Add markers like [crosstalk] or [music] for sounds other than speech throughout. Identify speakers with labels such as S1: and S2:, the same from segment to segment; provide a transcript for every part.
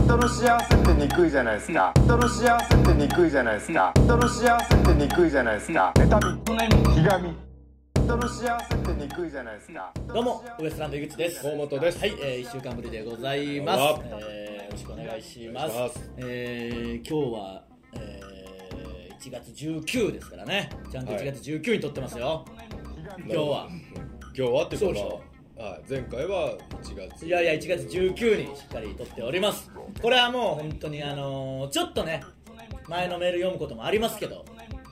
S1: 人の幸せってにくいじゃないですか人の幸せってにくいじゃないですか人の幸せってにくいじゃないですか妬みひがみ人の幸せってにくいじゃないですか
S2: どうもウエストランド井口です。
S3: 河本です
S2: はい、えー、一週間ぶりでございま
S3: こ
S2: す。
S3: ん
S2: えー、よろしくお願いし
S3: お
S2: ま
S3: 願い
S2: す。
S3: します
S2: えー、今日は、えー、1月19ですからね。ちゃんと1月19に撮ってますよ。今日は。
S3: 今日はっていうか
S2: そうでしょ
S3: まあはい前回は1月
S2: いやいや、1月19にしっかり撮っております。これはもう本当にあのー、ちょっとね、前のメール読むこともありますけど、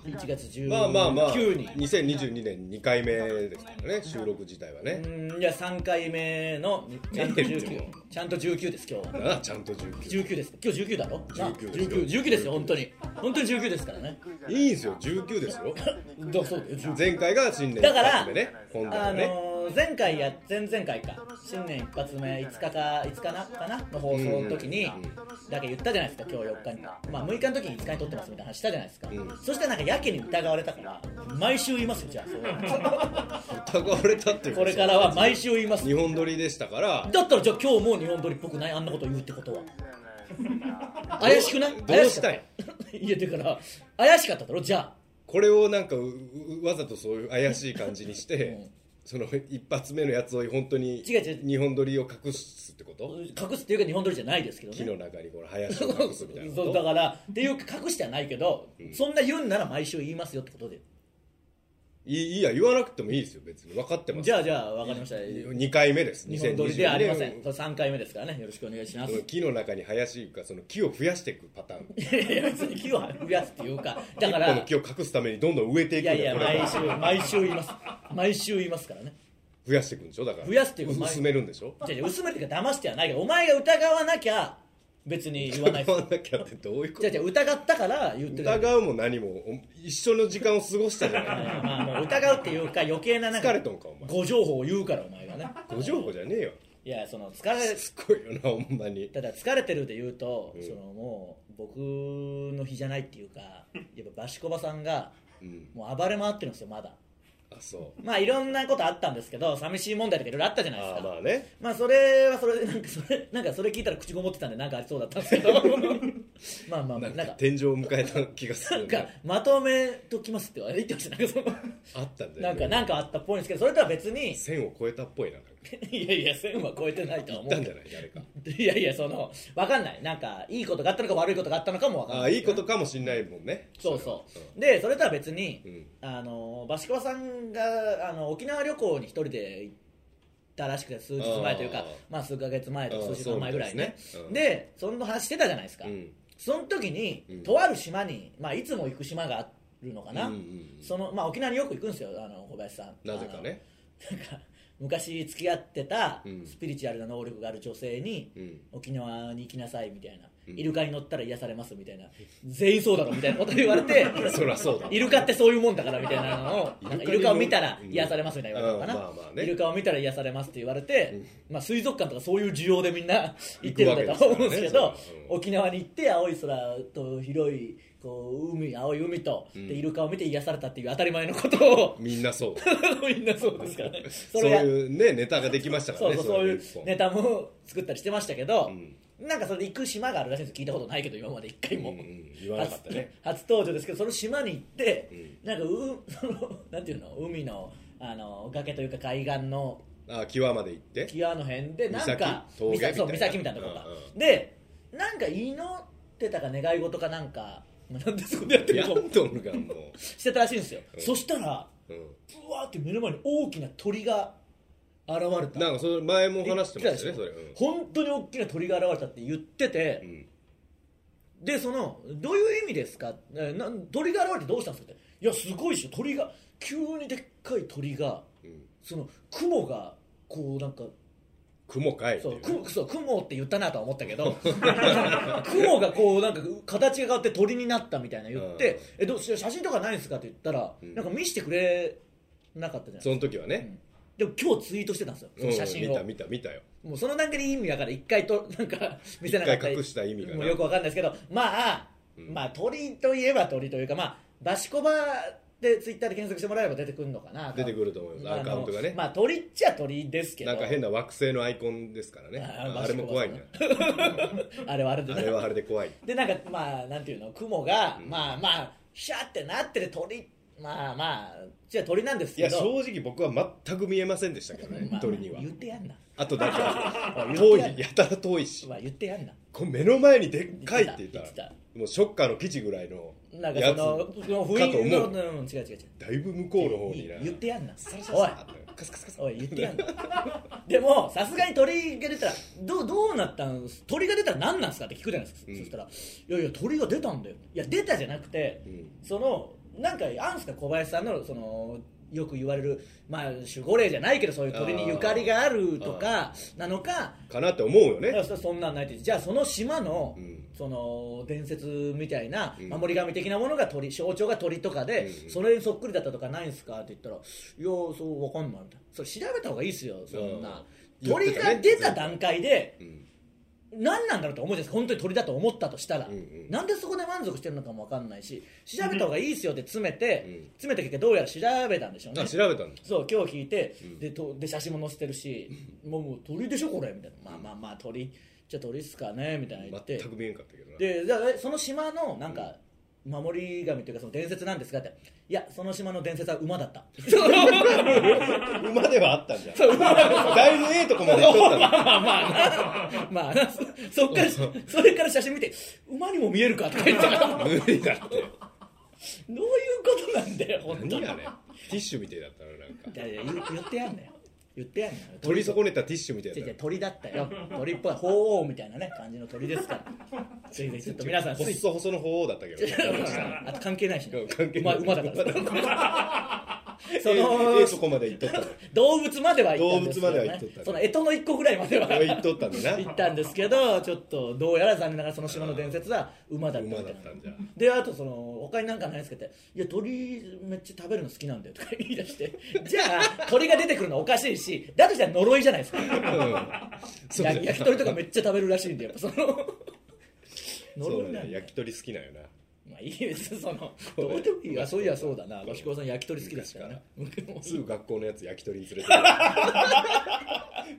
S2: 1月19に。
S3: まあまあまあ2022年2回目ですからね収録自体はね
S2: うんいや、3回目の、ちゃんと
S3: いやいや
S2: 19。ちゃんと19です、今日は。
S3: ああちゃんと19
S2: 19です今日19だろな
S3: 19ですよ
S2: 19, 19ですよ本当に本当に19ですからね
S3: いいんですよ19ですよ
S2: だそうだよ19
S3: 前回が新年
S2: だから
S3: 一発目ね本
S2: あ
S3: 題ね
S2: のー前回や前々回か新年一発目5日か5日なかなの放送の時に
S3: うん
S2: だけ言ったじゃないですか今日4日にまあ6日の時に5日に撮ってますみたいな話したじゃないですか、
S3: うん
S2: そしたらなんかやけに疑われたから毎週言いますよじゃあそれは
S3: 疑われたっていう
S2: これからは毎週言います
S3: 日本撮りでしたから
S2: だったらじゃあ今日もう日本撮りっぽくないあんなこと言うってことは怪しくない
S3: どう
S2: 怪しかっ
S3: ど
S2: いやだから怪しかっただろじゃあ
S3: これをなんかううわざとそういう怪しい感じにしてその一発目のやつを本当に
S2: 違う違う
S3: 日本撮りを隠すってこと
S2: 隠すっていうか日本撮りじゃないですけど
S3: 木
S2: ね
S3: の中にこの林を隠すみたいな
S2: [laughs]
S3: こ
S2: そう
S3: と
S2: だからっていうか隠してはないけど、そんな言うんなら毎週言いますよってことで
S3: いいいいや言わなくてもいいですよ別に分かってます
S2: じゃあじゃあ分かりました日
S3: 2回目です
S2: 本撮りではありませ
S3: 2022
S2: ん
S3: 年
S2: これ3回目ですからねよろしくお願いします
S3: 木の中に林がその木を増やしていくパターン
S2: いやいや別に木を増やすっていうかだか
S3: この
S2: ら
S3: 木を隠すためにどんどん植えてい
S2: い
S3: く
S2: や
S3: ん
S2: い
S3: だ
S2: や
S3: よこれ
S2: 毎
S3: が
S2: 週毎週言います毎週言いますからね
S3: 増やしていくんでしょだから
S2: 増やすっていうか
S3: 薄めるんでしょ
S2: じゃあじゃあ薄めてか騙してはないけどお前が疑わなきゃ別に言わ
S3: [laughs]
S2: ないです
S3: 疑わなきゃってどういうこ
S2: じゃ
S3: と
S2: あじゃあ疑ったから言ってるだけ
S3: 疑うも何もお一緒の時間を過ごしたじゃない
S2: [laughs] まあまあもう疑うっていうか余計ななんか
S3: 疲れとんかお前
S2: 誤情報を言うからお前がね
S3: ご情報じゃねえよ
S2: いやその疲れ
S3: すごいよなほんまに
S2: ただ疲れてるで言うと、そのもう僕の日じゃないっていうかやっぱバシコバさんが
S3: うん
S2: もう暴れ回ってるんですよまだ
S3: あそう
S2: まあいろんなことあったんですけど寂しい問題とかいろいろあったじゃないです
S3: あ
S2: か
S3: あまあね
S2: まあそれはそれでなんかそれなんかそれ聞いたら口ごもってたんでなんかありそうだったんですけ
S3: [laughs]
S2: どまあまあま
S3: な
S2: あ
S3: ん
S2: な
S3: か
S2: んか
S3: 天井を迎えた気がす
S2: な
S3: る
S2: んか
S3: ね
S2: まとめときますって言われてましたなんかその
S3: あったんだ
S2: [laughs]
S3: よ
S2: なんか
S3: ね
S2: なんかあったっぽいんですけどそれとは別に
S3: 線を超えたっぽいななんか
S2: [laughs]
S3: 言
S2: いやいや線は超えてないとは思
S3: っ
S2: う
S3: たん
S2: [laughs]
S3: じゃない誰か
S2: いやいやそのわかんないなんかいいことがあったのか悪いことがあったのかもわかん
S3: あ
S2: な
S3: あ
S2: い
S3: いいことかもしんないもんね
S2: そうそうでそれとは別に、
S3: うん
S2: あのバシコワさんがあの沖縄旅行に一人で行ったらしくて数日前というか
S3: あー
S2: まあ数ヶ月前と
S3: あ
S2: か
S3: ー
S2: 数週間前ぐらいね
S3: そうですねうん
S2: でその話してたじゃないですか、
S3: うん
S2: その時に、
S3: うん
S2: とある島に、まあ、いつも行く島があるのかな、
S3: うんうんうん
S2: そのまあ、沖縄によく行くんですよあの小林さん
S3: なぜかね
S2: あのなんか昔付き合ってた
S3: うん
S2: スピリチュアルな能力がある女性に、
S3: うん
S2: 沖縄に行きなさいみたいな、
S3: うん
S2: イルカに乗ったら癒されますみたいな全員そうだろみたいなこと言われて
S3: [laughs] そりゃそうだ
S2: イルカってそういうもんだからみたいなのをなんかイルカを見たら癒されますみたいな言われたのかな、
S3: うんまあまあね
S2: イルカを見たら癒されますって言われて、まあ、水族館とかそういう需要でみんな行ってるんだと思うんですけ
S3: 行くわ
S2: ど
S3: けですからねうん
S2: 沖縄に行って青い空と広いこう海青い海と、
S3: ん
S2: でイルカを見て癒されたっていう当たり前のことを [laughs]
S3: みんなそう
S2: みんなそうですからねそ
S3: そ
S2: うれや
S3: いうねネタができましたから
S2: そう
S3: ね
S2: そうそうい
S3: れ
S2: う
S3: で一本
S2: ネタも [laughs] 作ったりしてましたけど、
S3: ん
S2: なんかそれ行く島があるらしいんです聞いたことないけど今まで一回も、
S3: うんうん言わなかったね
S2: [laughs] 初初登場ですけどその島に行って、なんかうそのなんていうの海のあの崖というか海岸の
S3: あ際まで行って
S2: 際の辺でなんか
S3: 岬峠
S2: 岬そう
S3: みたいな
S2: 岬みたいなとこが、
S3: うんう
S2: でなんか祈ってたか願い事かなんかなんでそこでやってる
S3: や
S2: か
S3: っとるがも
S2: してたらしいんですよ、そしたら
S3: う、う
S2: うわーって目の前に大きな鳥が現れた
S3: ん、なんかそれ前も話してました
S2: 言ってたでし
S3: ね
S2: ょ
S3: それ、うん
S2: 本当に大きな鳥が現れたって言ってて、
S3: ん
S2: でそのどういう意味ですかえなん鳥が現れてどうしたんですかっていやすごいっしょ鳥が急にでっかい鳥が
S3: うん、
S2: その雲がこうなんか
S3: 雲かいって
S2: そ
S3: いうう
S2: くそう雲って言ったなとは思ったけど [laughs] 雲がこうなんか形が変わって鳥になったみたいな言って、えどう写真とかないんですかって言ったら、
S3: ん
S2: なんか見せてくれなかったじゃないです
S3: そ
S2: か
S3: の時はね、
S2: でも今日ツイートしてたんですよその写真を、
S3: うん見た見た見たよ
S2: もうその段階で意味だから一回と [laughs] なんか見せなかった
S3: 一回隠した意味がな
S2: もうよくわかんないですけどまあ、まあ鳥といえば鳥というかまあバシコバでツイッターで検索してもらえれば出てくるのかな
S3: 出てくると思いますアカウントがね
S2: まあ鳥っちゃ鳥ですけど
S3: なんか変な惑星のアイコンですからね
S2: あー
S3: あれも怖いね
S2: あれはあれで
S3: あ
S2: ね
S3: れはあれで怖い
S2: でなんかまあなんていうの雲が、まあまあシャってなってる鳥まあまあじゃあ鳥なんです
S3: い
S2: け
S3: や
S2: ど
S3: 正直僕は全く見えませんでしたけどね
S2: まあ
S3: 鳥には
S2: 言ってやんな、
S3: あとだから
S2: 言
S3: 遠
S2: ってない
S3: いやたら遠いし
S2: まあ、言ってやんな
S3: こう目の前にでっかいって言ったら
S2: 言ってた
S3: もうショッカーの記事ぐらいの
S2: なんか
S3: や
S2: そ
S3: つ
S2: のその
S3: かと
S2: 雰囲気の
S3: 思う
S2: うん違う違う違う
S3: だいぶ向こうの方
S2: い
S3: に
S2: い
S3: な
S2: 言ってやんなおい
S3: あカスカスカス
S2: おい言って
S3: [laughs]
S2: やんなでもさすがに鳥が出たらどうどうなったんす鳥が出たら何なんすかって聞くじゃないですか、
S3: うん
S2: そしたら「いやいや鳥が出たんだよ」いや出たじゃなくて、
S3: うん
S2: そのなんかあんすか小林さんのそのよく言われる、まあ、守護霊じゃないけどそういう鳥にゆかりがあるとかなのか
S3: かなって思うよ
S2: いや
S3: ね
S2: そそんなんないってじゃあその島の,、
S3: うん
S2: その伝説みたいな
S3: うん
S2: 守り神的なものが鳥象徴が鳥とかで、
S3: うんうん
S2: それにそっくりだったとかないんすかって言ったら「いやそうわかんない」みたいな「それ調べた方がいいっすよそんな」
S3: うん
S2: 鳥が出た段階で
S3: うん
S2: 何なんだろうと思うじゃないですか本当に鳥だと思ったとしたら、
S3: うんうん
S2: なんでそこで満足してるのかもわかんないし調べた方がいいっすよって詰めて、
S3: うん
S2: 詰めて結果どうやら調べたんでしょうね
S3: あ調べたんです
S2: そう今日聞いて、でとで写真も載せてるし、もうもう鳥でしょこれみたいな、まあまあまあ鳥じゃ鳥っすかねみたいな言って、
S3: 全く見えんかったけどな
S2: でじゃあえその島のなんか、守り神というかその伝説なんですかっていやその島の伝説は馬だった [laughs]
S3: 馬ではあったんじゃんだいぶええとこまで行っとったの
S2: まあまあなまあなそそっからそれから写真見て馬にも見えるかとか言ってたからどういう
S3: 無理だって
S2: ことなんだよ本当に
S3: 何やねんティッシュみたいだったのなんか
S2: いやいや言言ってやんなよ言ってやんなよ
S3: 取り損ねたティッシュみたい
S2: 違う
S3: だ
S2: 違
S3: っ
S2: う鳥だったよ鳥っぽい鳳凰みたいなね感じの鳥です [laughs] からぜひぜひちょっと皆さん
S3: た細々の方だったけど
S2: あと関係ないし、ね、
S3: 関係ない
S2: 馬
S3: [laughs]
S2: 馬だからそ
S3: ええええと
S2: の
S3: こまで行っとったの
S2: 動物までは行ったんですけど、ね、
S3: 動物までは行っとったね
S2: その干支の一個ぐらいまでは
S3: 行っとったんだな
S2: 行ったんですけどちょっとどうやら残念ながらその島の伝説は馬だったみ
S3: 馬
S2: たいな
S3: だったんじゃ
S2: であとその他になんかないですけど「いや鳥めっちゃ食べるの好きなんだよ」とか [laughs] 言い出してじゃあ鳥が出てくるのおかしいしだとしたら呪いじゃないですか
S3: うん [laughs] そうだ
S2: 焼
S3: よ
S2: き焼き鳥とかめっちゃ食べるらしいんでやっぱその
S3: そう
S2: 呪いな
S3: だ
S2: ん
S3: ね
S2: だ
S3: 焼き鳥好きなんよな
S2: まあいいですそのどうでもいいわそういやそうだな益子さん焼き鳥好きですからね
S3: すぐ学校のやつ焼き鳥に連れて行く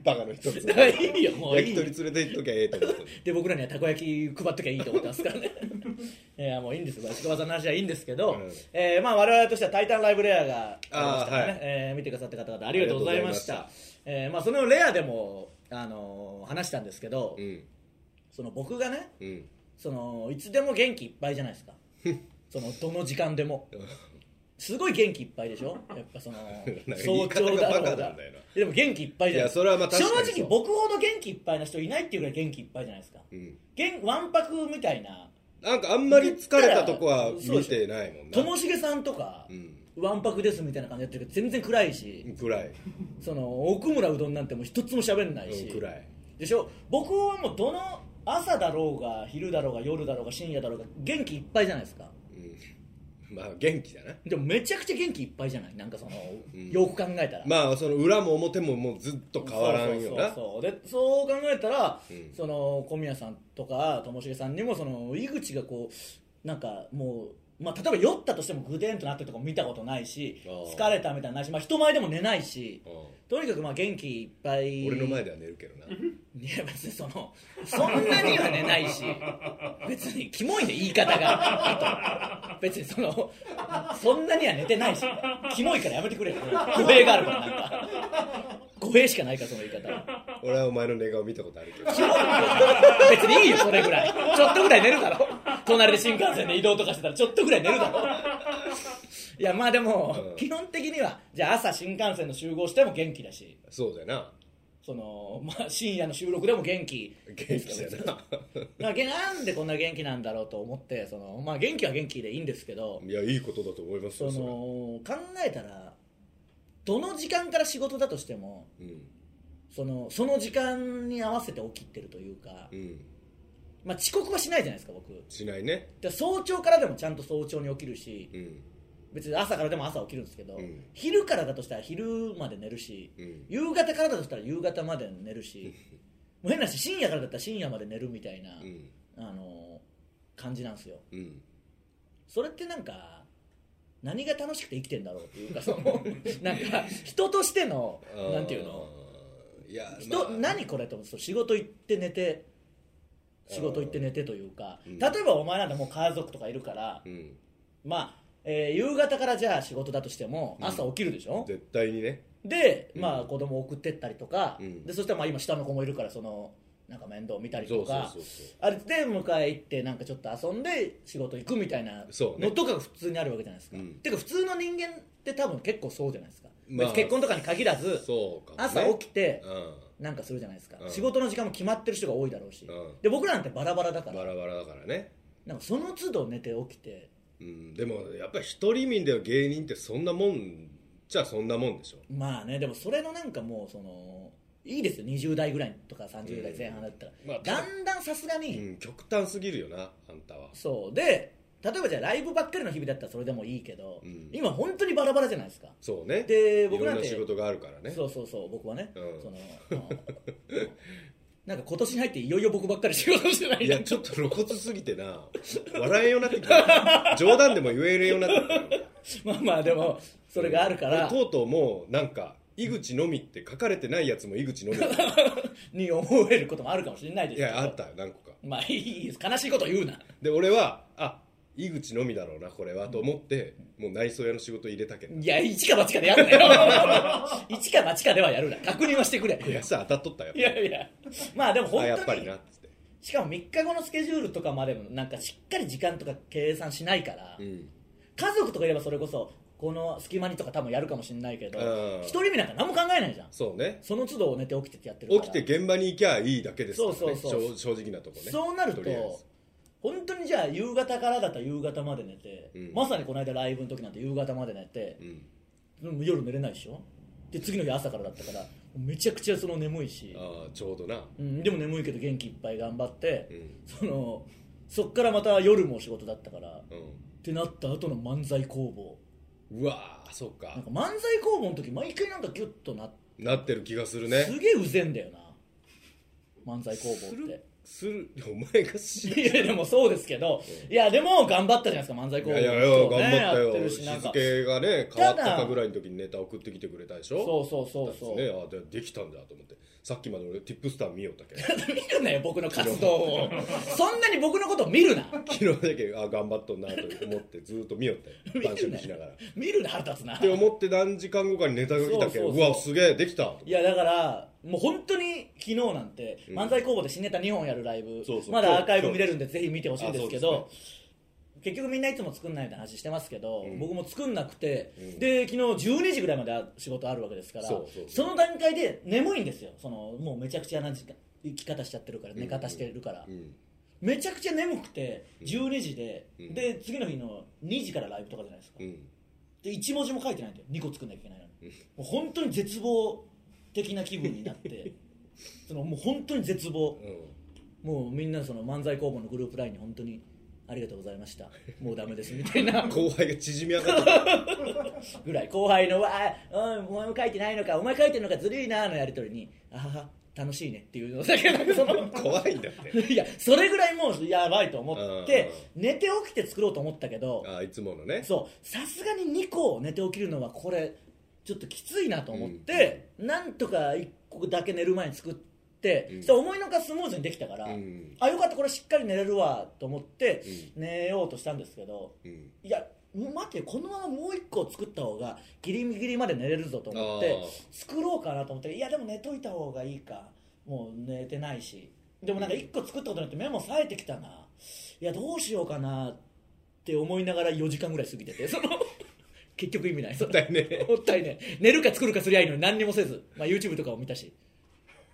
S3: [laughs] バカの一つ
S2: だからいいよもうい
S3: 焼
S2: い
S3: き鳥連れて行っときゃええと思ってんの
S2: で僕らにはたこ焼き配っときゃいいと思ってますから [laughs] ねいやもういいんですよ石川さんの話はいいんですけど、
S3: うん
S2: えーまあ、我々としては「タイタンライブレア」がありましたからね、
S3: あーはい
S2: えー見てくださった方々ありがとうございました
S3: ありがとう
S2: えーまあ、そのレアでも、あのー話したんですけど、
S3: うん
S2: その僕がね
S3: うん
S2: そのいつでも元気いっぱいじゃない
S3: [laughs]
S2: ですかそのどの時間でもすごい元気いっぱいでし
S3: [laughs]
S2: ょやっぱその
S3: なんか言
S2: 早
S3: い方
S2: 朝だ
S3: がバ
S2: ろ
S3: カ
S2: う
S3: な
S2: が
S3: んだよな
S2: でも元気いっぱいじゃない
S3: いやそれはまあ確かにそう
S2: 正直僕ほど元気いっぱいな人いないっていうぐらい元気いっぱいじゃないですか
S3: うん
S2: 元わんぱくみたいな
S3: なんかあんまり疲れたとこは見てないもんな
S2: ともしげさんとか、
S3: うん
S2: わんぱくですみたいな感じでやってるけど全然暗いし、
S3: くらい
S2: その奥村うどんなんてもう一つも喋んないし、
S3: くらい
S2: でしょ僕はもうどの朝だろうが昼だろうが夜だろうが深夜だろうが元気いっぱいじゃないですか
S3: まあ元気だな
S2: でもめちゃくちゃ元気いっぱいじゃないなんかその、
S3: ん
S2: よく考えたら、
S3: まあその裏も表ももうずっと変わらんよな
S2: そうそうそうそうでそう考えたら、
S3: うん
S2: その小宮さんとかともしげさんにもその井口がこうなんかもう、まあ、例えば酔ったとしてもぐでんとなってるとこ見たことないし
S3: あー
S2: 疲れたみたいなのないし、まあ、人前でも寝ないし
S3: う
S2: とにかくまあ元気いっぱい
S3: ん俺の前では寝る
S2: [laughs]
S3: けどない
S2: や別にそのそんなには寝ないし別にキモいね言い方があと別にそのそんなには寝てないしキモいからやめてくれよ語弊があるからなんか語弊しかないからその言い方は
S3: 俺はお前の寝顔見たことあるけ
S2: [laughs]
S3: ど
S2: キモい別にいいよそれぐらいちょっとぐらい寝るだろ隣で新幹線で移動とかしてたらちょっとぐらい寝るだろいやまあでも、
S3: うん
S2: 基本的にはじゃあ朝新幹線の集合しても元気だし
S3: そうだよな
S2: その、まあ、深夜の収録でも元気
S3: 元気だな
S2: だからなんでこんな元気なんだろうと思ってその、まあ、元気は元気でいいんですけど
S3: いやいいことだと思います
S2: そ
S3: よ
S2: の
S3: それ
S2: 考えたらどの時間から仕事だとしても
S3: うん
S2: そのその時間に合わせて起きてるというか
S3: う、ん
S2: まあ、遅刻はしないじゃないですか僕
S3: しないね
S2: で早朝からでもちゃんと早朝に起きるし
S3: うん
S2: 別に朝からでも朝起きるんですけど、
S3: うん
S2: 昼からだとしたら昼まで寝るし、
S3: うん
S2: 夕方からだとしたら夕方まで寝るしもう変なし深夜からだったら深夜まで寝るみたいな、
S3: うん
S2: あの感じなんですよ
S3: うん
S2: それってなんか何が楽しくて生きてんだろうっていうかそのなんか人としてのなんていうの
S3: いや
S2: 人、
S3: まあ
S2: 何これと思ってそう仕事行って寝て仕事行って寝てというか、例えばお前なんてもう家族とかいるから、
S3: うん
S2: まあ、えー夕方からじゃあ仕事だとしても朝起きるでしょ、
S3: 絶対にね
S2: で、まあ、子供送ってったりとか、
S3: うん
S2: でそしたらまあ今下の子もいるからそのなんか面倒見たり
S3: そ
S2: と
S3: うそう
S2: か
S3: そうそう
S2: あれで迎え行ってなんかちょっと遊んで仕事行くみたいな
S3: そうね
S2: のとかが普通にあるわけじゃないですか、
S3: うん
S2: てか普通の人間って多分結構そうじゃないですか、
S3: まあ
S2: 別に結婚とかに限らず
S3: そうかもね
S2: 朝起きて
S3: う
S2: なんかするじゃないですか、
S3: うん
S2: 仕事の時間も決まってる人が多いだろうし、
S3: うん
S2: で僕らなんてバラバラだか
S3: んバ
S2: ら
S3: ラバラだからね
S2: なんかその都度寝て起きて
S3: うんでもやっぱり一人民では芸人ってそんなもんじゃそんなもんでしょ
S2: まあねでもそれのなんかもうそのいいですよ20代ぐらいとか30代前半だったら、
S3: うんまあ
S2: だんだんさすが
S3: う
S2: に、
S3: ん極端すぎるよなあんたは
S2: そうで例えばじゃあライブばっかりの日々だったらそれでもいいけど、
S3: うん
S2: 今本当にバラバラじゃないですか、
S3: そうね
S2: で
S3: い
S2: 僕
S3: ろ
S2: なんん
S3: な
S2: て
S3: 仕事があるからね
S2: そうそうそう僕はね、
S3: うん
S2: そのまあなんか今年に入っていよいよ僕ばっかり仕事してない
S3: いやちょっと露骨すぎてな笑えんようになってきた冗談でも言えるようになってきた
S2: まあまあでもそれがあるから、
S3: とうとうもうなんか井口のみって書かれてないやつも井口
S2: [laughs]
S3: のみ
S2: に思えることもあるかもしれないです
S3: い
S2: けど
S3: やあったよ何個か
S2: まあいいです悲しいこと言うな
S3: で俺はあ井口のみだろうなこれはと思って、もう内装屋の仕事入れたけど
S2: いや一か八かでやるなよ一か八かではやるな確認はしてくれ
S3: いやさ当たっとったよ
S2: いやいやまあでも本
S3: あやっぱ
S2: 当
S3: り
S2: に
S3: なっつって
S2: しかも3日後のスケジュールとかまでもなんかしっかり時間とか計算しないから、
S3: うん
S2: 家族とかいればそれこそこの隙間にとか多分やるかもしれないけど
S3: うん
S2: 一人目なんか何も考えないじゃん
S3: そうね
S2: その都度寝て起きてってやってる
S3: 起
S2: から
S3: きて現場に行きゃいいだけですから、ね、
S2: そうそうそう
S3: 正正直なとこね
S2: そうなると
S3: りあえず
S2: 本当にじゃあ夕方からだったら夕方まで寝て、
S3: うん
S2: まさにこの間ライブの時なんて夕方まで寝て
S3: う、ん
S2: でも夜寝れないでしょで次の日朝からだったからめちゃくちゃその眠いし、
S3: ああちょうどな
S2: うん、でも眠いけど元気いっぱい頑張って、
S3: うん
S2: そのそっからまた夜も仕事だったから、っ
S3: う
S2: てなった後の漫才工房
S3: んうわーそうか
S2: なんか漫才工房の時毎回なんかギュッとなっ
S3: なってる気がする
S2: て、
S3: ね
S2: すげえうぜんだよな漫才工房
S3: す
S2: っ
S3: る
S2: て。
S3: するお前が知る
S2: いやでもそうですけど、いやでも頑張ったじゃないですか漫才
S3: い
S2: 工房
S3: やいやいや、
S2: そう
S3: 頑
S2: ね
S3: 張った
S2: や
S3: よ
S2: ってるしな
S3: 日
S2: んか
S3: 付がね変わった
S2: た
S3: か
S2: だ
S3: ぐらいの時にネタ送ってきてくれたでしょ
S2: そうそうそうそう、
S3: ね、あでできたんだと思ってさっきまで俺ティップスター見よったけ
S2: 見るなよ僕の活動をそんなに僕のことを見るな
S3: 昨日だけあ頑張っとんなと思ってずーっと見よ
S2: [laughs]
S3: ったよ晩酌しながら。っ
S2: 見るな腹立つな
S3: て思って何時間後かにネタが来たけ
S2: そうそううそう
S3: わすげえできたと思って
S2: いやだからもう本当に昨日なんて
S3: ん
S2: 漫才工房で新ネタ2本やるライブ、
S3: そうそう
S2: ま
S3: 今
S2: だ
S3: 日
S2: アーカイブ見れるんでぜひ見てほしいんですけ
S3: あそう
S2: ど結局みんないつも作んないって話してますけど、僕も作んなくて、で昨日12時ぐらいまであ仕事あるわけですから
S3: そうそう
S2: その段階で眠いんですよそのもうめちゃくちゃな時間生き方しちゃってるから寝方してるから、
S3: うん
S2: めちゃくちゃ眠くて12時で、
S3: うん
S2: で次の日の2時からライブとかじゃないですか、
S3: うん
S2: で1文字も書いてないんだよ2個作んなきゃいけないのに、もう本当に絶望的な気分になって [laughs] そのもう本当に絶望もうみんなその漫才工房のグループラインに本当にありがとうございましたもうダメですみたいな
S3: うん後輩が縮み上がってた
S2: ぐらい後輩の「わあうんお前も書いてないのかお前書いてるのかずるいな」のやり取りに「あはは楽しいね」っていうのだけなんかその [laughs]
S3: 怖いんだって
S2: いやそれぐらいもうやばいと思って寝て起きて作ろうと思ったけど
S3: あいつものね
S2: そうさすがに2個寝て起きるのはこれちょっときついなと思って、なんとか1個だけ寝る前に作って、
S3: うん
S2: そしたら思いのほかスムーズにできたから、
S3: うん
S2: あよかったこれしっかり寝れるわと思って寝ようとしたんですけど
S3: うん
S2: いや待てこのままもう1個作った方がギリギリまで寝れるぞと思って
S3: あー
S2: 作ろうかなと思っていやでも寝といた方がいいかもう寝てないしでもなんか1個作ったことによって目も冴えてきたないやどうしようかなって思いながら4時間ぐらい過ぎててそ [laughs] の結局意味ないその
S3: だよね
S2: もったいね寝るか作るかすりゃいいのに何にもせず、まあ、YouTube とかも見たし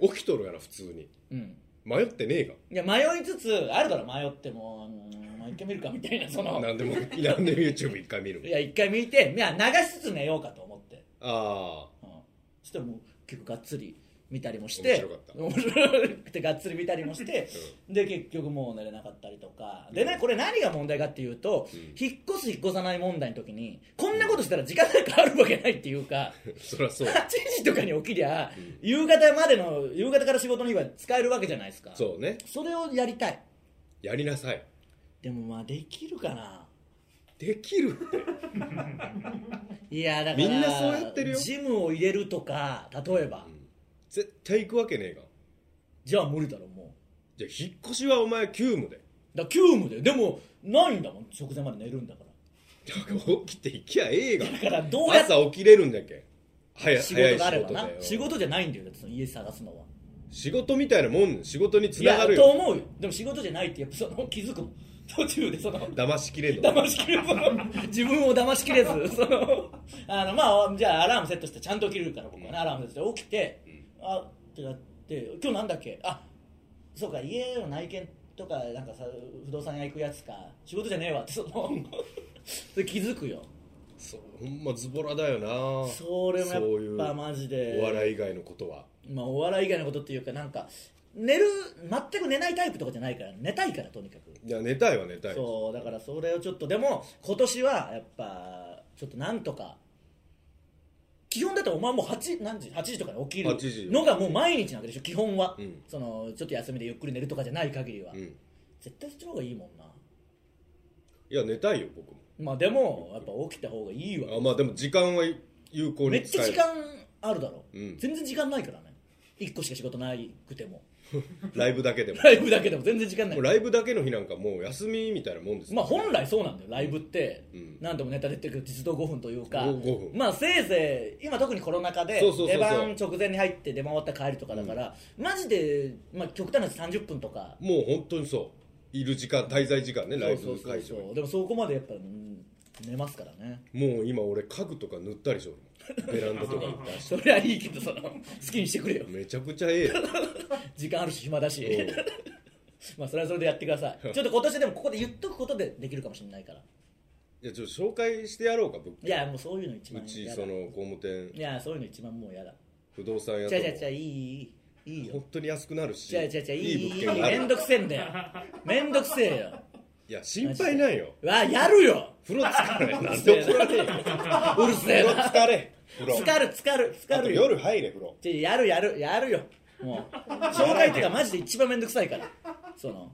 S3: 起きとるから普通に
S2: うん
S3: 迷ってねえが
S2: いや迷いつつあるだろ迷ってもうんまあ一回見るかみたいなその
S3: なんでもなんで YouTube 一回見る
S2: いや一回見ていや流しつつ寝ようかと思って、
S3: ああ
S2: うん、そしてもう結構がっつり見たりもし
S3: 面
S2: て
S3: 白かった
S2: 面白くてがっつり見たりもして、で結局もう寝れなかったりとかでねこれ何が問題かっていうと、引っ越す引っ越さない問題の時にこんなことしたら時間なんかあるわけないっていうか。
S3: そりゃ [laughs] そう
S2: 8時とかに起きりゃ、夕方までの夕方から仕事の日は使えるわけじゃないですか
S3: そうね
S2: それをやりたい
S3: やりなさい
S2: でもまあできるかな
S3: できるって
S2: いやだから
S3: みんなそうやってるよ
S2: ジムを入れるとか例えば、
S3: 絶対行くわけねえが
S2: じゃあ無理だろも
S3: じゃあ引っ越しはお前急務で
S2: うだから急務だよでもないんだもん直前まで寝るんだから
S3: だから起きて行きゃええが
S2: だからどうやって
S3: 朝起きれるんだっけ早
S2: 仕事があ
S3: 早
S2: れ
S3: い
S2: ばな
S3: 仕事で
S2: 仕事じゃないんだよだってその家探すのは
S3: 仕事みたいなもん仕事につ
S2: い
S3: な
S2: や
S3: がる
S2: と
S3: よ
S2: 思うよでも仕事じゃないってやっぱその気づくもん途中でその
S3: 騙しきれんの
S2: 騙しきれずその自分を騙しきれず
S3: [laughs]
S2: そのあのまあじゃあアラームセットしてちゃんと起きるから僕はね、アラームセットして起きて、あってなって今日なんだっけあそうか家の内見とかなんかさ不動産屋行くやつか仕事じゃねえわってそ
S3: [laughs]
S2: のそれ気づくよ
S3: そうほんまズボラだよな
S2: それもやっ
S3: そういう
S2: ぱマジで
S3: お笑い以外のことは
S2: まあ、お笑い以外のことっていうかなんか寝る全く寝ないタイプとかじゃないから寝たいからとにかく
S3: いや寝たいは寝たい
S2: そうだからそれをちょっとでも今年はやっぱちょっとなんとか基本だとお前もう8何時8時とかに起き
S3: 8時
S2: るのがもう毎日なわけでしょ基本は、
S3: うん
S2: そのちょっと休みでゆっくり寝るとかじゃない限りは、
S3: うん
S2: 絶対そっちの方がいいもんない
S3: や寝たいよ僕も
S2: まあでもやっぱ起きた方がいいわ
S3: あまあでも時間は有効
S2: め
S3: に
S2: っち
S3: 使
S2: ゃ
S3: え
S2: 時
S3: る
S2: 間あるだろ、
S3: うん
S2: 全然時間ないからね1個しか仕事ないく
S3: [laughs]
S2: ても
S3: ライブだけでも
S2: ライブだけでも全然時間ない
S3: もうライブだけの日なんかもう休みみたいなもんですよ
S2: まあ本来そうなんだよライブって、
S3: うん
S2: 何度もネタ出てるけど実動5分というか
S3: ご5分
S2: まあせいぜい今特にコロナ禍で
S3: そうそうそうそ
S2: 出
S3: う
S2: 番直前に入って出回った帰るとかだから、マジで、まあ、極端な話30分とか、
S3: もう本当にそういる時間滞在時間ねライ
S2: そう
S3: ブ
S2: そうそう
S3: 会場
S2: そうでもそこまでやっぱ、うん寝ますからね
S3: もう今俺家具とか塗ったりしょベランダとか
S2: [laughs]
S3: 塗ったりし
S2: それはいいけどその好きにしてくれよ
S3: めちゃくちゃええよ
S2: 時間あるし暇だし [laughs]
S3: うん
S2: まあそれはそれでやってくださ
S3: [laughs]
S2: いちょっと今年でもここで言っとくことでできるかもしれないから
S3: いやちょっと紹介してやろうか物
S2: いやもうそういうの一
S3: う
S2: 番
S3: ち
S2: やだ
S3: その工務店
S2: いやそういうの一番もうやだ
S3: 不動産屋
S2: ちゃいちゃい
S3: と
S2: ちゃいいいいいいよ
S3: 本当に安くなるし
S2: じゃあじゃあじゃあいい
S3: いい物
S2: いい
S3: 件があ
S2: めん
S3: る
S2: どくせえんだよめんどくせえよ
S3: いや心配ないよ
S2: わあやるよ
S3: 風呂疲れ
S2: [laughs]
S3: な
S2: う
S3: ん
S2: る
S3: で
S2: せ
S3: 風
S2: え
S3: 呂
S2: なうるせえな
S3: 疲れ風呂
S2: つかるつかるつか
S3: あと
S2: るよ
S3: 夜入れ風呂
S2: じゃあやるやるやるよも
S3: [laughs]
S2: う紹介とかマジで一番めんどくさいからその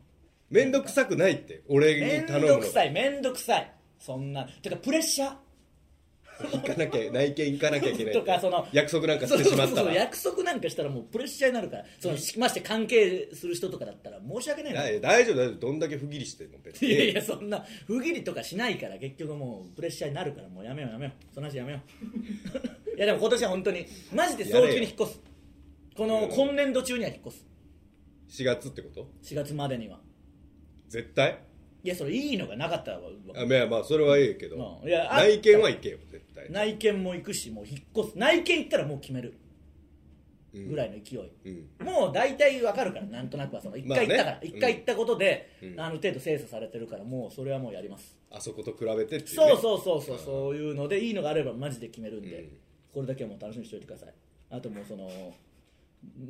S3: めんどくさくないって俺
S2: め
S3: に
S2: ん
S3: 頼む
S2: ど
S3: の
S2: くさいめんどくさいそんなてかプレッシャー
S3: 行かなきゃ内見行かなきゃいけな
S2: [laughs]
S3: い
S2: とかその
S3: 約束なんか
S2: そ
S3: し
S2: う
S3: て
S2: そうそ
S3: しま
S2: う
S3: った
S2: そう
S3: らい
S2: 約束なんかしたらもうプレッシャーになるからそのしまして関係する人とかだったら申し訳ないな
S3: やいや大丈夫大丈夫どんだけ不義理しても別
S2: いやい
S3: に
S2: やそんな不義理とかしないから結局もうプレッシャーになるからもうやめようやめようその話やめよう [laughs] いやでも今年は本当にマジで早急に引っ越すこ
S3: やれ
S2: の
S3: よ
S2: 今年度中には引っ越
S3: 4月ってこと
S2: す4月までには
S3: 絶対
S2: いやそれいいのがなかったわ
S3: あまあまあそれはいいけど
S2: うんいやあ
S3: 内見は行けよ絶対
S2: 内見も行くしもう引っ越す内見行ったらもう決める
S3: うん
S2: ぐらいの勢い、
S3: うん
S2: もう大体わかるからなんとなくはその1
S3: まあね
S2: 回行ったから、一
S3: うん
S2: 回行ったことで、
S3: うん
S2: あの程度精査されてるからもうそれはもうやります
S3: あそこと比べてっていうね
S2: そうそうそうそうそういうのでいいのがあればマジで決めるんで、
S3: うん
S2: これだけはもう楽しみにしておいてくださいあともうその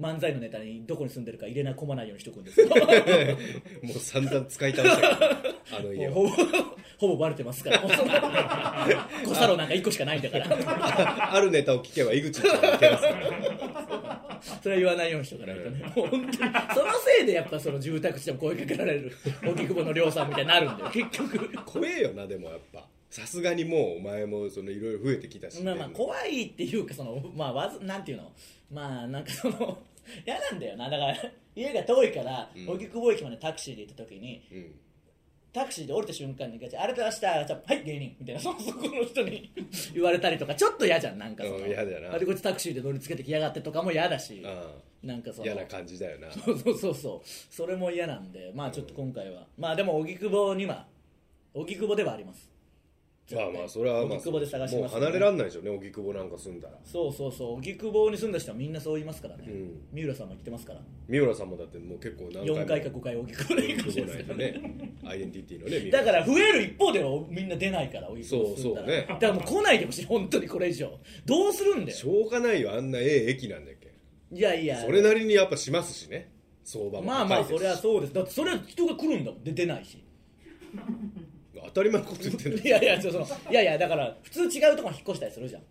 S2: 漫才のネタにどこに住んでるか入れな込まないようにしておくんです
S3: [laughs]
S2: けども
S3: もう散々使い倒したけ
S2: [laughs]
S3: どあの家
S2: う
S3: は
S2: ほぼほぼバレてます
S3: [laughs]
S2: からもうその小サロなんか1個しかないんだから
S3: ああるネタを聞けば井口に行けます
S2: [laughs]
S3: から
S2: それは言わないようにしておかないとねもう本当にそのせいでやっぱその住宅地でも声かけられる荻窪の亮さんみたいになるんだよ結局
S3: 怖えよなでもやっぱさすがにもうお前もそのいろいろ増えてきたし
S2: まあまあ怖いっていうかそのまあわずなんていうのまあなんかその [laughs] 嫌なんだよなだから家が遠いから
S3: うん
S2: 荻窪駅までタクシーで行った時に
S3: うん
S2: タクシーで降りた瞬間にガチャあれと明日じゃあはい芸人みたいな [laughs] そのそこの人に [laughs] 言われたりとかちょっと嫌じゃんなんかそ
S3: うん
S2: の
S3: 嫌だな
S2: あれこっちタクシーで乗りつけてきやがってとかも嫌だし
S3: あ
S2: なんかそ
S3: あ
S2: の
S3: 嫌な感じだよな
S2: そうそうそうそうそれも嫌なんでまあちょっと今回は、まあでも荻窪には荻窪ではあります
S3: まあまあそれはまあ
S2: 荻窪で探します
S3: もう離れらんないでしょうね荻窪なんか住んだら
S2: そうそうそう荻窪に住んだ人はみんなそう言いますからね、
S3: うん
S2: 三浦さんも来てますから
S3: 三浦さんもだってもう結構何回も
S2: 4回か5回荻窪に行くん
S3: 荻
S2: で
S3: 窪
S2: す
S3: な
S2: け
S3: い
S2: ど
S3: と
S2: ね
S3: ねアイデンティティのね
S2: だから増える一方ではみんな出ないから荻窪住んだら
S3: そうそうね
S2: だからもう来ないでほしい本当にこれ以上どうするんだよ
S3: しょうがないよあんなええ駅なんだっけ
S2: いやいや
S3: それなりにやっぱしますしね相場も
S2: まあまあ
S3: 高
S2: そ
S3: いですし
S2: れはそうですだってそれは人が来るんだもんで出ないし
S3: 当たり前のこと言ってる
S2: いやいやそうそういやいやだから普通違うところに引っ越したりするじゃん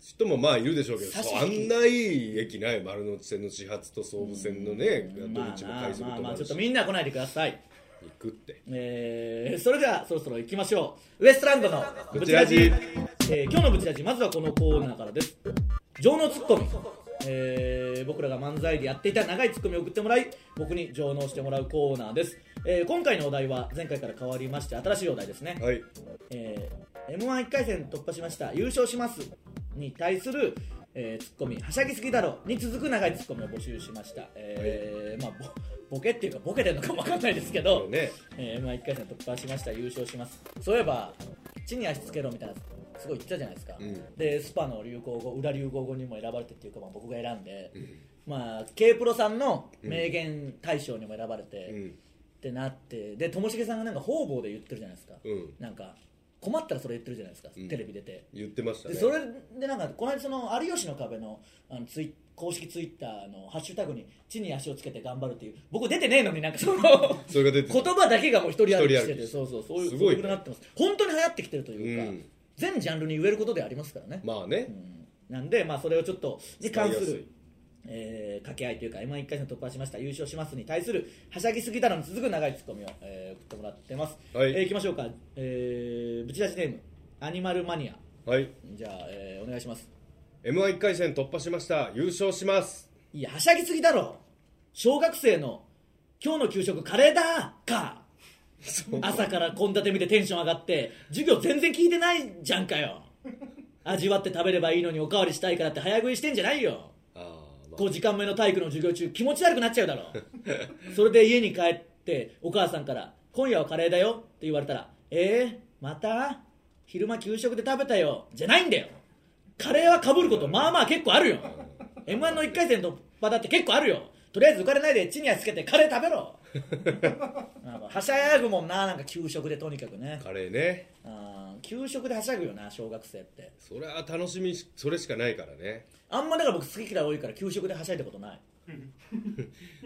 S3: 人もまあいるでし
S2: [laughs]
S3: ょうけど
S2: 差し
S3: そうあ
S2: 引き
S3: んないい駅ない丸の内線の始発と総武線のね
S2: まあ
S3: 土日も快速
S2: まあま
S3: ともあ
S2: あちょ
S3: る
S2: っと
S3: し
S2: みんな来ないでください
S3: 行くって
S2: えー、それではそろそろ行きましょうウエストランドの
S3: ブチラジ
S2: えー今日のブチラジまずはこのコーナーからです情のツッコミ、えー僕らが漫才でやっていた長いツッコミを送ってもらい僕に情能してもらうコーナーです、えー今回のお題は前回から変わりまして新しいお題ですね、
S3: はい
S2: えー、m 1 1回戦突破しました優勝しますに対する、えーツッコミはしゃぎすぎだろに続く長いツッコミを募集しました、えーまあ、ボボケっていうかボケてるのかもわかんないですけど、
S3: ね
S2: えー、m 1 1回戦突破しました優勝しますそういえば地に足つけろみたいなすごい言ってたじゃないですか、
S3: ん
S2: でスパの流行語裏流行語にも選ばれてっていうか、まあ、僕が選んで、まあ K プロさんの名言大賞にも選ばれて、
S3: う
S2: っ
S3: ん
S2: てなってでともしげさんがなんか方々で言ってるじゃないですか、
S3: うん
S2: なんか困ったらそれ言ってるじゃないですか、
S3: うん
S2: テレビ出て
S3: 言ってましたね
S2: でそれでなんかこの間その「有吉の壁の」あのツイ公式ツイッターのハッシュタグに地に足をつけて頑張るっていう僕出てねえのになんかその
S3: それが出て
S2: 言葉だけがもう一人歩きして
S3: 一人歩
S2: て
S3: き
S2: そうそうそういう
S3: すごい
S2: そうう風に
S3: ね
S2: なってます本当に流行ってきてるというか、
S3: うん
S2: 全ジャンルに言えることでありますからね、
S3: まあね
S2: うんなんでまあそれをちょっとに関す
S3: 使いやす
S2: る
S3: い
S2: えー掛け合いというか m 1 1回戦突破しました優勝しますに対するはしゃぎすぎだろに続く長いツッコミを、えー送ってもらってます、
S3: はい
S2: えーいきましょうか、えー、ぶち出しネームアニマルマニア
S3: はい
S2: じゃあ、えーお願いします
S3: m 1 1回戦突破しました優勝します
S2: いやはしゃぎすぎだろ小学生の今日の給食カレーだか朝から献立見てテンション上がって授業全然聞いてないじゃんかよ味わって食べればいいのにおかわりしたいからって早食いしてんじゃないよ
S3: あーまあ
S2: 5時間目の体育の授業中気持ち悪くなっちゃう
S3: [laughs]
S2: だろそれで家に帰ってお母さんから「今夜はカレーだよ」って言われたら「えー、また昼間給食で食べたよ」じゃないんだよカレーはかぶることまあまあ結構あるよ m 1の1回戦突破だって結構あるよとりあえず浮かれないで地に足つけてカレー食べろ
S3: [laughs]
S2: なんかはしゃぐもんななんか給食でとにかくね
S3: カレーね
S2: あー給食ではしゃぐよな小学生って
S3: それは楽しみしそれしかないからね
S2: あんまだから僕好き嫌い多いから給食ではしゃいだことない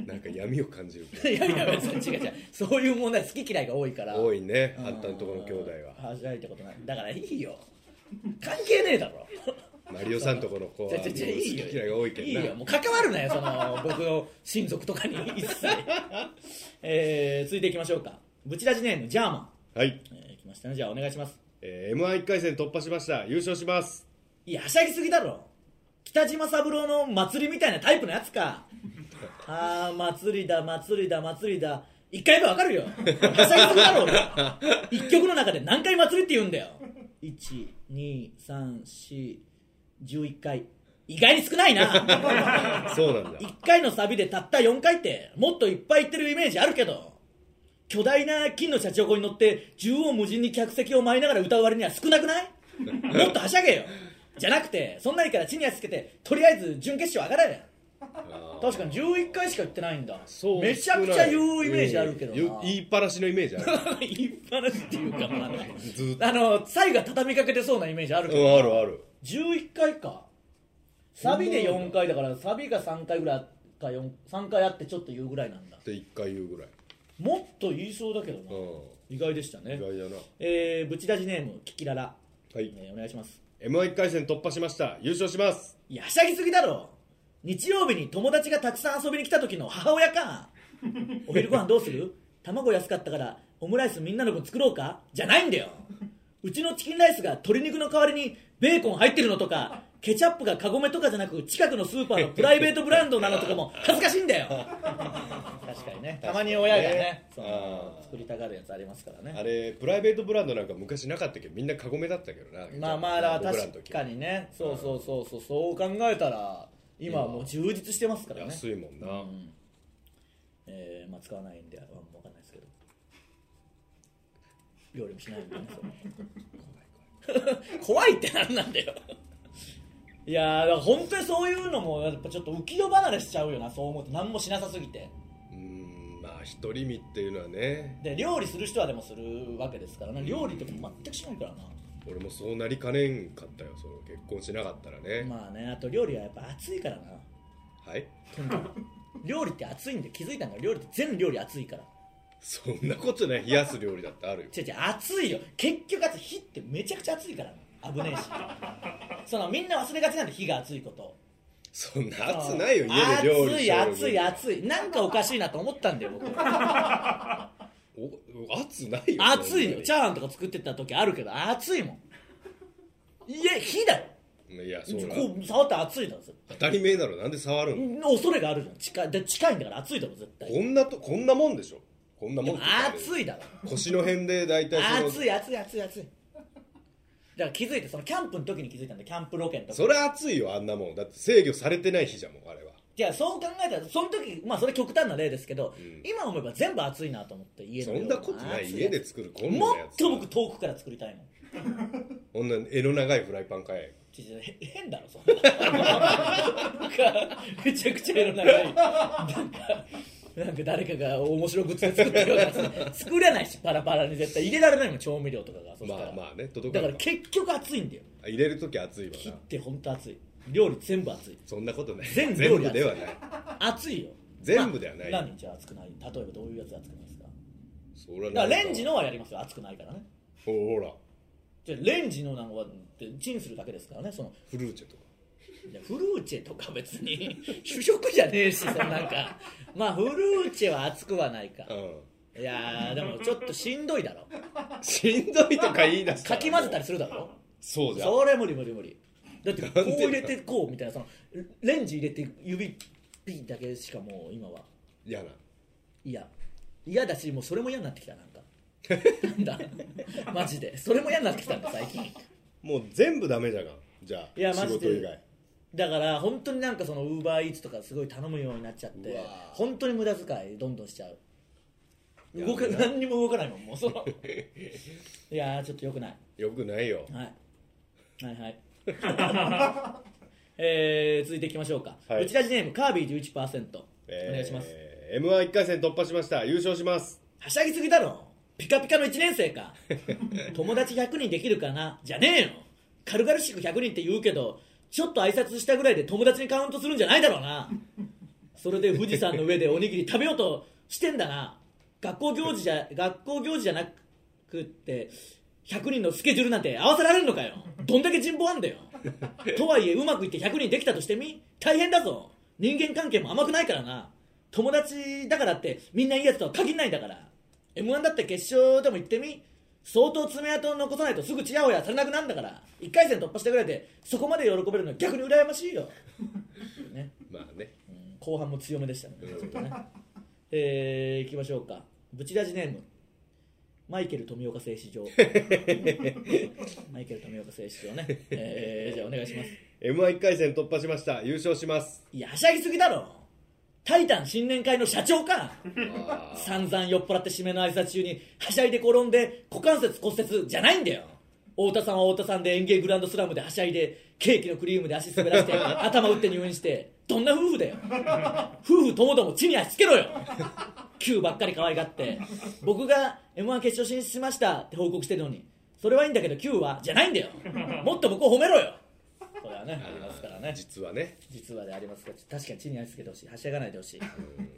S3: なんか闇を感じる
S2: いやいや別に違う違うそういう問題好き嫌いが多いから
S3: 多いね
S2: うん
S3: あったんとこの兄弟は
S2: はしゃいだことないだからいいよ関係ねえだろ
S3: マリオさんとこの子
S2: じ
S3: はも
S2: ゃ
S3: う
S2: じゃじ
S3: 好
S2: ゃいいよ
S3: き嫌いが多いけ
S2: いいよ
S3: どな
S2: もう関わるなよその僕の親族とか
S3: [laughs]
S2: に一切、えー、続いていきましょうかブチラジネームジャーマン、
S3: はい
S2: えー、来ましたねじゃあお願いします
S3: えー m 1 1回戦突破しました優勝します
S2: いやはしゃぎすぎだろ北島三郎の祭りみたいなタイプのやつかあー祭りだ祭りだ祭りだ一回目わかるよはしゃぎすぎだろ俺一曲の中で何回祭りって言うんだよ12341回意外に少ないな
S3: そうなんだ
S2: 1回のサビでたった4回ってもっといっぱい言ってるイメージあるけど巨大な金のシャチホコに乗って縦横無尽に客席を舞いながら歌う割には少なくないもっとはしゃげよじゃなくてそんなにから地に足つけてとりあえず準決勝上がれよ
S3: あー
S2: 確かに11回しか言ってないんだ
S3: そう
S2: めちゃくちゃ言うイメージあるけどな、
S3: うん
S2: [laughs]
S3: 言いっぱなしのイメージある
S2: 言いっぱなしっていうかまあね
S3: [laughs] ずっと
S2: あの最後が畳みかけてそうなイメージあるけ
S3: う
S2: ど、
S3: んあるある
S2: 11回かサビで4回だからサビが3回ぐらいか4 3回あってちょっと言うぐらいなんだ
S3: って一回言うぐらい
S2: もっと言いそうだけどな、
S3: う
S2: 意外でしたね
S3: ん意外だな
S2: えー、ブチダジネームキキララ、
S3: はい
S2: えーお願いします
S3: m 1 1回戦突破しました優勝します
S2: いやはしゃぎすぎだろ日曜日に友達がたくさん遊びに来た時の母親かお昼ご飯どうする卵安かったからオムライスみんなの分作ろうかじゃないんだようちのチキンライスが鶏肉の代わりにベーコン入ってるのとかケチャップがカゴメとかじゃなく近くのスーパーのプライベートブランドなのとかも恥ずかしいんだよ確かにね [laughs] たまに親がねその
S3: あー
S2: 作りたがるやつありますからね
S3: あれプライベートブランドなんか昔なかったけどみんなカゴメだったけどな
S2: まあまあだから
S3: 僕らの
S2: 確
S3: 時
S2: かにねそうそうそうそうそう考えたら今はもう充実してますからね、
S3: 安いもんな、
S2: うんえーまあ、使わないんであんま分かんないですけど料理もしないんでねそれ怖いってなんなんだよいやーだから本当にそういうのもやっぱちょっと浮世離れしちゃうよなそう思うと何もしなさすぎて
S3: うーんまあ独り身っていうのはね
S2: で料理する人はでもするわけですからね料理って全くしないからな
S3: 俺もそうなりかねんかったよその結婚しなかったらね、
S2: まあねあと料理はやっぱ熱いからな
S3: はい
S2: とにかく料理って熱いんで気づいたんだよ料理って全料理熱いから
S3: そんなことない冷やす料理だってあるよ
S2: 違う違う熱いよ結局あと火ってめちゃくちゃ熱いからね危
S3: [laughs]
S2: ねえしそのみんな忘れがちなんで火が熱いこと
S3: そんな熱ないよ
S2: その
S3: 家で料理
S2: 熱
S3: し
S2: い
S3: ようよ [laughs]
S2: 熱い熱いなんかおかしいなと思ったんだよ僕
S3: お熱ないよ
S2: 熱いよチ
S3: ゃ
S2: ャーハンとか作ってた時あるけど熱いもんいや火だよ
S3: いやそうな
S2: こう触ったら熱いだろそれ
S3: 当たり前だろなんで触るの
S2: 恐れがあるじゃん近いで近いんだから熱いだろ絶対
S3: こんなとこんなもんでしょこんなもんって言ったらあれ
S2: 熱いだろ
S3: 腰の辺で大体その
S2: 熱い熱い熱い熱いだから気づいてそのキャンプの時に気づいたんだキャンプロケの時
S3: それ熱いよあんなもんだって制御されてない日じゃんもうあれは
S2: じゃあそう考えたらその時まあそれ極端な例ですけど、今思えば全部熱いなと思って家
S3: そ
S2: の量
S3: んなことない
S2: 熱
S3: 家で作るこんな
S2: もっ
S3: やつ
S2: と僕遠くから作りたいもん
S3: こんな柄の長いフライパン買え
S2: ちょちょへ変だろそん
S3: [laughs]
S2: ななんかめちゃくちゃ色長いなんかなんか誰かが面白いグッズ作ってるようなやつ作れないしパラパラに絶対入れられないもん調味料とかがそしたら
S3: まあまあね届か
S2: だか
S3: ない
S2: ら結局熱いんだよ
S3: あ入れる時熱いわ
S2: 切っ
S3: な
S2: て本当熱い料理全部熱い
S3: そんなことない
S2: 全部
S3: 全部ではない
S2: 熱いよ
S3: 全部ではない
S2: まあ何じゃあ熱くない例えばどういうやつ熱くないですか
S3: それはなん
S2: だ
S3: か
S2: からレンジのはやりますよ熱くないからね
S3: ほほら
S2: じゃあレンジのなんかはってチンするだけですからねその
S3: フルーチェとか
S2: いやフルーチェとか別に
S3: [laughs]
S2: 主食じゃねえしそのなんかまあフルーチェは熱くはないか
S3: う
S2: いやーでもちょっとしんどいだろ
S3: んしんどいとか言い出した
S2: からき混ぜたりするだろ
S3: そうじゃん
S2: それ無理無理無理だってこ
S3: なんで
S2: う入れてこうみたいなそのレンジ入れて指ピッだけしかもう今は
S3: 嫌な
S2: 嫌嫌だしもうそれも嫌になってきた
S3: [laughs]
S2: なんかなんだマジでそれも嫌になってきたんだ最近
S3: もう全部ダメじゃがんじゃあ
S2: いやマ
S3: 仕
S2: ジで
S3: 事以外
S2: だから本当になんかそのウーバーイーツとかすごい頼むようになっちゃって本当に無駄遣いどんどんしちゃう
S3: や
S2: 動か
S3: いや
S2: 何にも動かないもんもうその
S3: [laughs]
S2: いやーちょっとよくない、
S3: よくないよ
S2: はい、はいはい
S3: [laughs]
S2: えー、続いていきましょうか、
S3: はいう
S2: ちラジネームカービィ11%、お願いします
S3: m 1 1回戦突破しました優勝します
S2: はしゃぎすぎだろピカピカの1年生
S3: [laughs]
S2: か友達100人できるかなじゃねえよ軽々しく100人って言うけどちょっと挨拶したぐらいで友達にカウントするんじゃないだろうなそれで富士山の上でおにぎり食べようとしてんだな学校行事じゃ学校行事じゃなくって100人のスケジュールなんて合わせられるのかよどんだけ人望あんだよとはいえうまくいって100人できたとしてみ大変だぞ人間関係も甘くないからな友達だからってみんないいやつとは限んないんだから m 1だって決勝でも行ってみ相当爪痕を残さないとすぐちやほやされなくなるんだから1回戦突破したぐらいでそこまで喜べるのは逆に羨ましいよ、ね、
S3: まあね
S2: 後半も強めでしたねちょっとね [laughs] えー、いきましょうかブチラジネームマイケル富岡製糸場マイケル富岡製糸場ね、えー、じゃあお願いします
S3: m 1 1回戦突破しました優勝します
S2: いやはしゃぎすぎだろタイタン新年会の社長か散々酔っ払って締めの挨拶中にはしゃいで転んで股関節骨折じゃないんだよ太田さんは太田さんで園芸グランドスラムではしゃいでケーキのクリームで足滑らして頭打って入院してどんな夫婦だよ夫婦ともども地に足つけろよ Q ばっかり可愛がって僕が m 1決勝進出しましたって報告してるのにそれはいいんだけど Q はじゃないんだよもっと僕を褒めろよこれはねありますからね
S3: 実はね
S2: 実はでありますが確かに地に足つけてほしいはしゃがないでほしい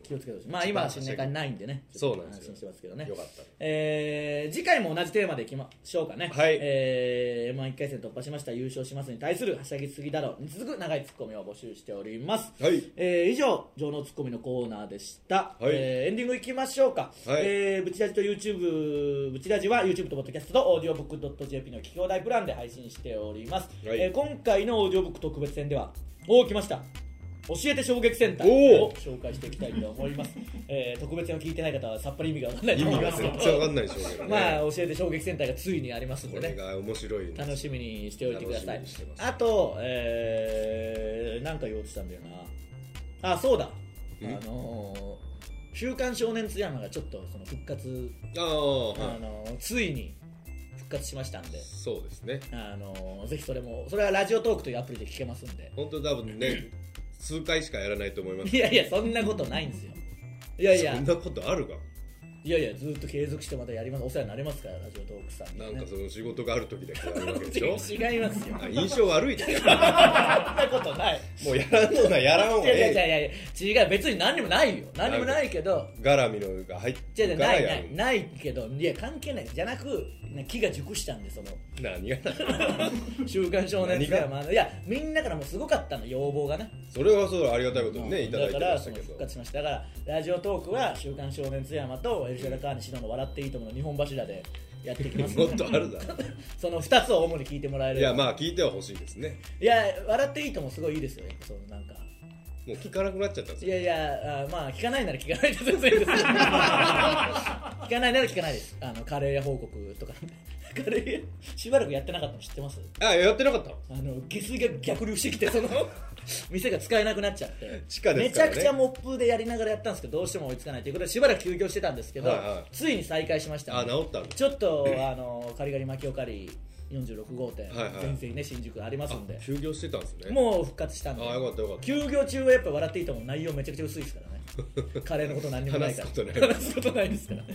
S2: 気をつけてほしいまあ今は新年会ないんでね
S3: そうなんです
S2: 安
S3: よ
S2: 心してますけどね
S3: よかった
S2: えー次回も同じテーマでいきましょうかね
S3: はい
S2: えー、まあ1回戦突破しました優勝しますに対するはしゃぎすぎだろうに続く長いツッコミを募集しております
S3: はい
S2: えー以上情のツッコミのコーナーでした、
S3: はい
S2: えーエンディングいきましょうか、
S3: はい
S2: えーブチラジと YouTube ブチラジは YouTube と Podcast と audiobook.jp の聞き放題プランで配信しております、
S3: はい
S2: えー今回のオーディオブック特別編ではおお来ました教えて衝撃センター
S3: おー
S2: を紹介していきたいと思います、 [laughs] えー特別編を聞いてない方はさっぱり意味がわからないと
S3: 意
S2: 思い
S3: 味
S2: ま
S3: が
S2: すけ
S3: 全
S2: ど
S3: 然わかんないでしょうけどね、
S2: まあ教えて衝撃センターがついにありますん
S3: こ
S2: で
S3: れ
S2: ね
S3: が面白いんです
S2: 楽しみにしておいてください
S3: 楽しみにしてます
S2: あとえー、なんか言おうとしたんだよなあそうだあのー「週刊少年津山」がちょっとその復活、
S3: ああ
S2: あ
S3: はい
S2: のーついに復活しましたんで
S3: そうですね
S2: あのーぜひそれもそれはラジオトークというアプリで聞けますんで
S3: 本当多分
S2: [laughs]
S3: ね数回しかやらないと思います
S2: いやいやそんなことないんですよいやいや
S3: そんなことあるか
S2: いやいやずっと継続してまたやりますお世話になりますからラジオトークさんに、
S3: なんかその仕事がある時だけやるわけで
S2: [laughs]
S3: しょ
S2: 違いますよ
S3: あ印象悪いです
S2: [laughs]
S3: よ
S2: そんなことない
S3: もうやらんのなやらん
S2: い
S3: わ
S2: やいやい
S3: え
S2: [laughs] やいや違う別に何にもないよ何にもないけど
S3: え絡みのが入っ
S2: 違う違
S3: て
S2: う
S3: か
S2: な
S3: ら
S2: いな
S3: や
S2: い
S3: る
S2: ないけどいや関係ないじゃなくね木が熟したん
S3: [laughs]
S2: でその
S3: 何が
S2: 「週刊少年」ってまあいやみんなからもうすごかったの要望がね [laughs]
S3: それはそうありがたいことにね、いただいて
S2: から
S3: まし
S2: そ
S3: た
S2: の
S3: けど
S2: 復活しましただからラジオトークは「週刊少年津山」とエルシャラカーニシノの笑っていいともの日本柱でやっていきます
S3: [laughs] もっとあるだろ
S2: その2つを主に聞いてもらえ [laughs]
S3: い
S2: る
S3: やまあ聞いてはほしいですね
S2: いや笑っていいともすごいいいですよやっぱそのなんか
S3: もう聞かなくなっちゃったんです
S2: い
S3: よ
S2: やいやあまあ聞かないなら聞かないで全然です聞かないなら聞かないですあのカレー屋報告とかカレー屋しばらくやってなかったの知ってます
S3: あやってなかった
S2: あの下水が逆流してきてその店が使えなくなっちゃって
S3: 地下ですからね
S2: めちゃくちゃモップでやりながらやったんですけどどうしても追いつかないということでしばらく休業してたんですけど、
S3: はいはい
S2: ついに再開しました
S3: あ治ったんだ
S2: ちょっとあのカリガリ巻きおかり46号店、
S3: はいはい
S2: 全然ね新宿ありますんで
S3: 休業してたんですね
S2: もう復活したんで
S3: あよかったよかった
S2: 休業中はやっぱ笑っていいとも内容めちゃくちゃ薄いですからね
S3: [laughs]
S2: カレーのこと何にもないから
S3: 話すことない
S2: 話すことないですからね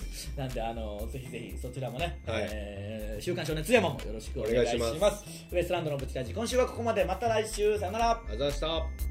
S2: [laughs] なんであのぜひぜひそちらもね、
S3: はい
S2: えー週刊少年津山もよろしくお願いします
S3: お願いしま
S2: ウエストランドのブチラジ今週はここまでまた来週さよなら
S3: ありがとうございました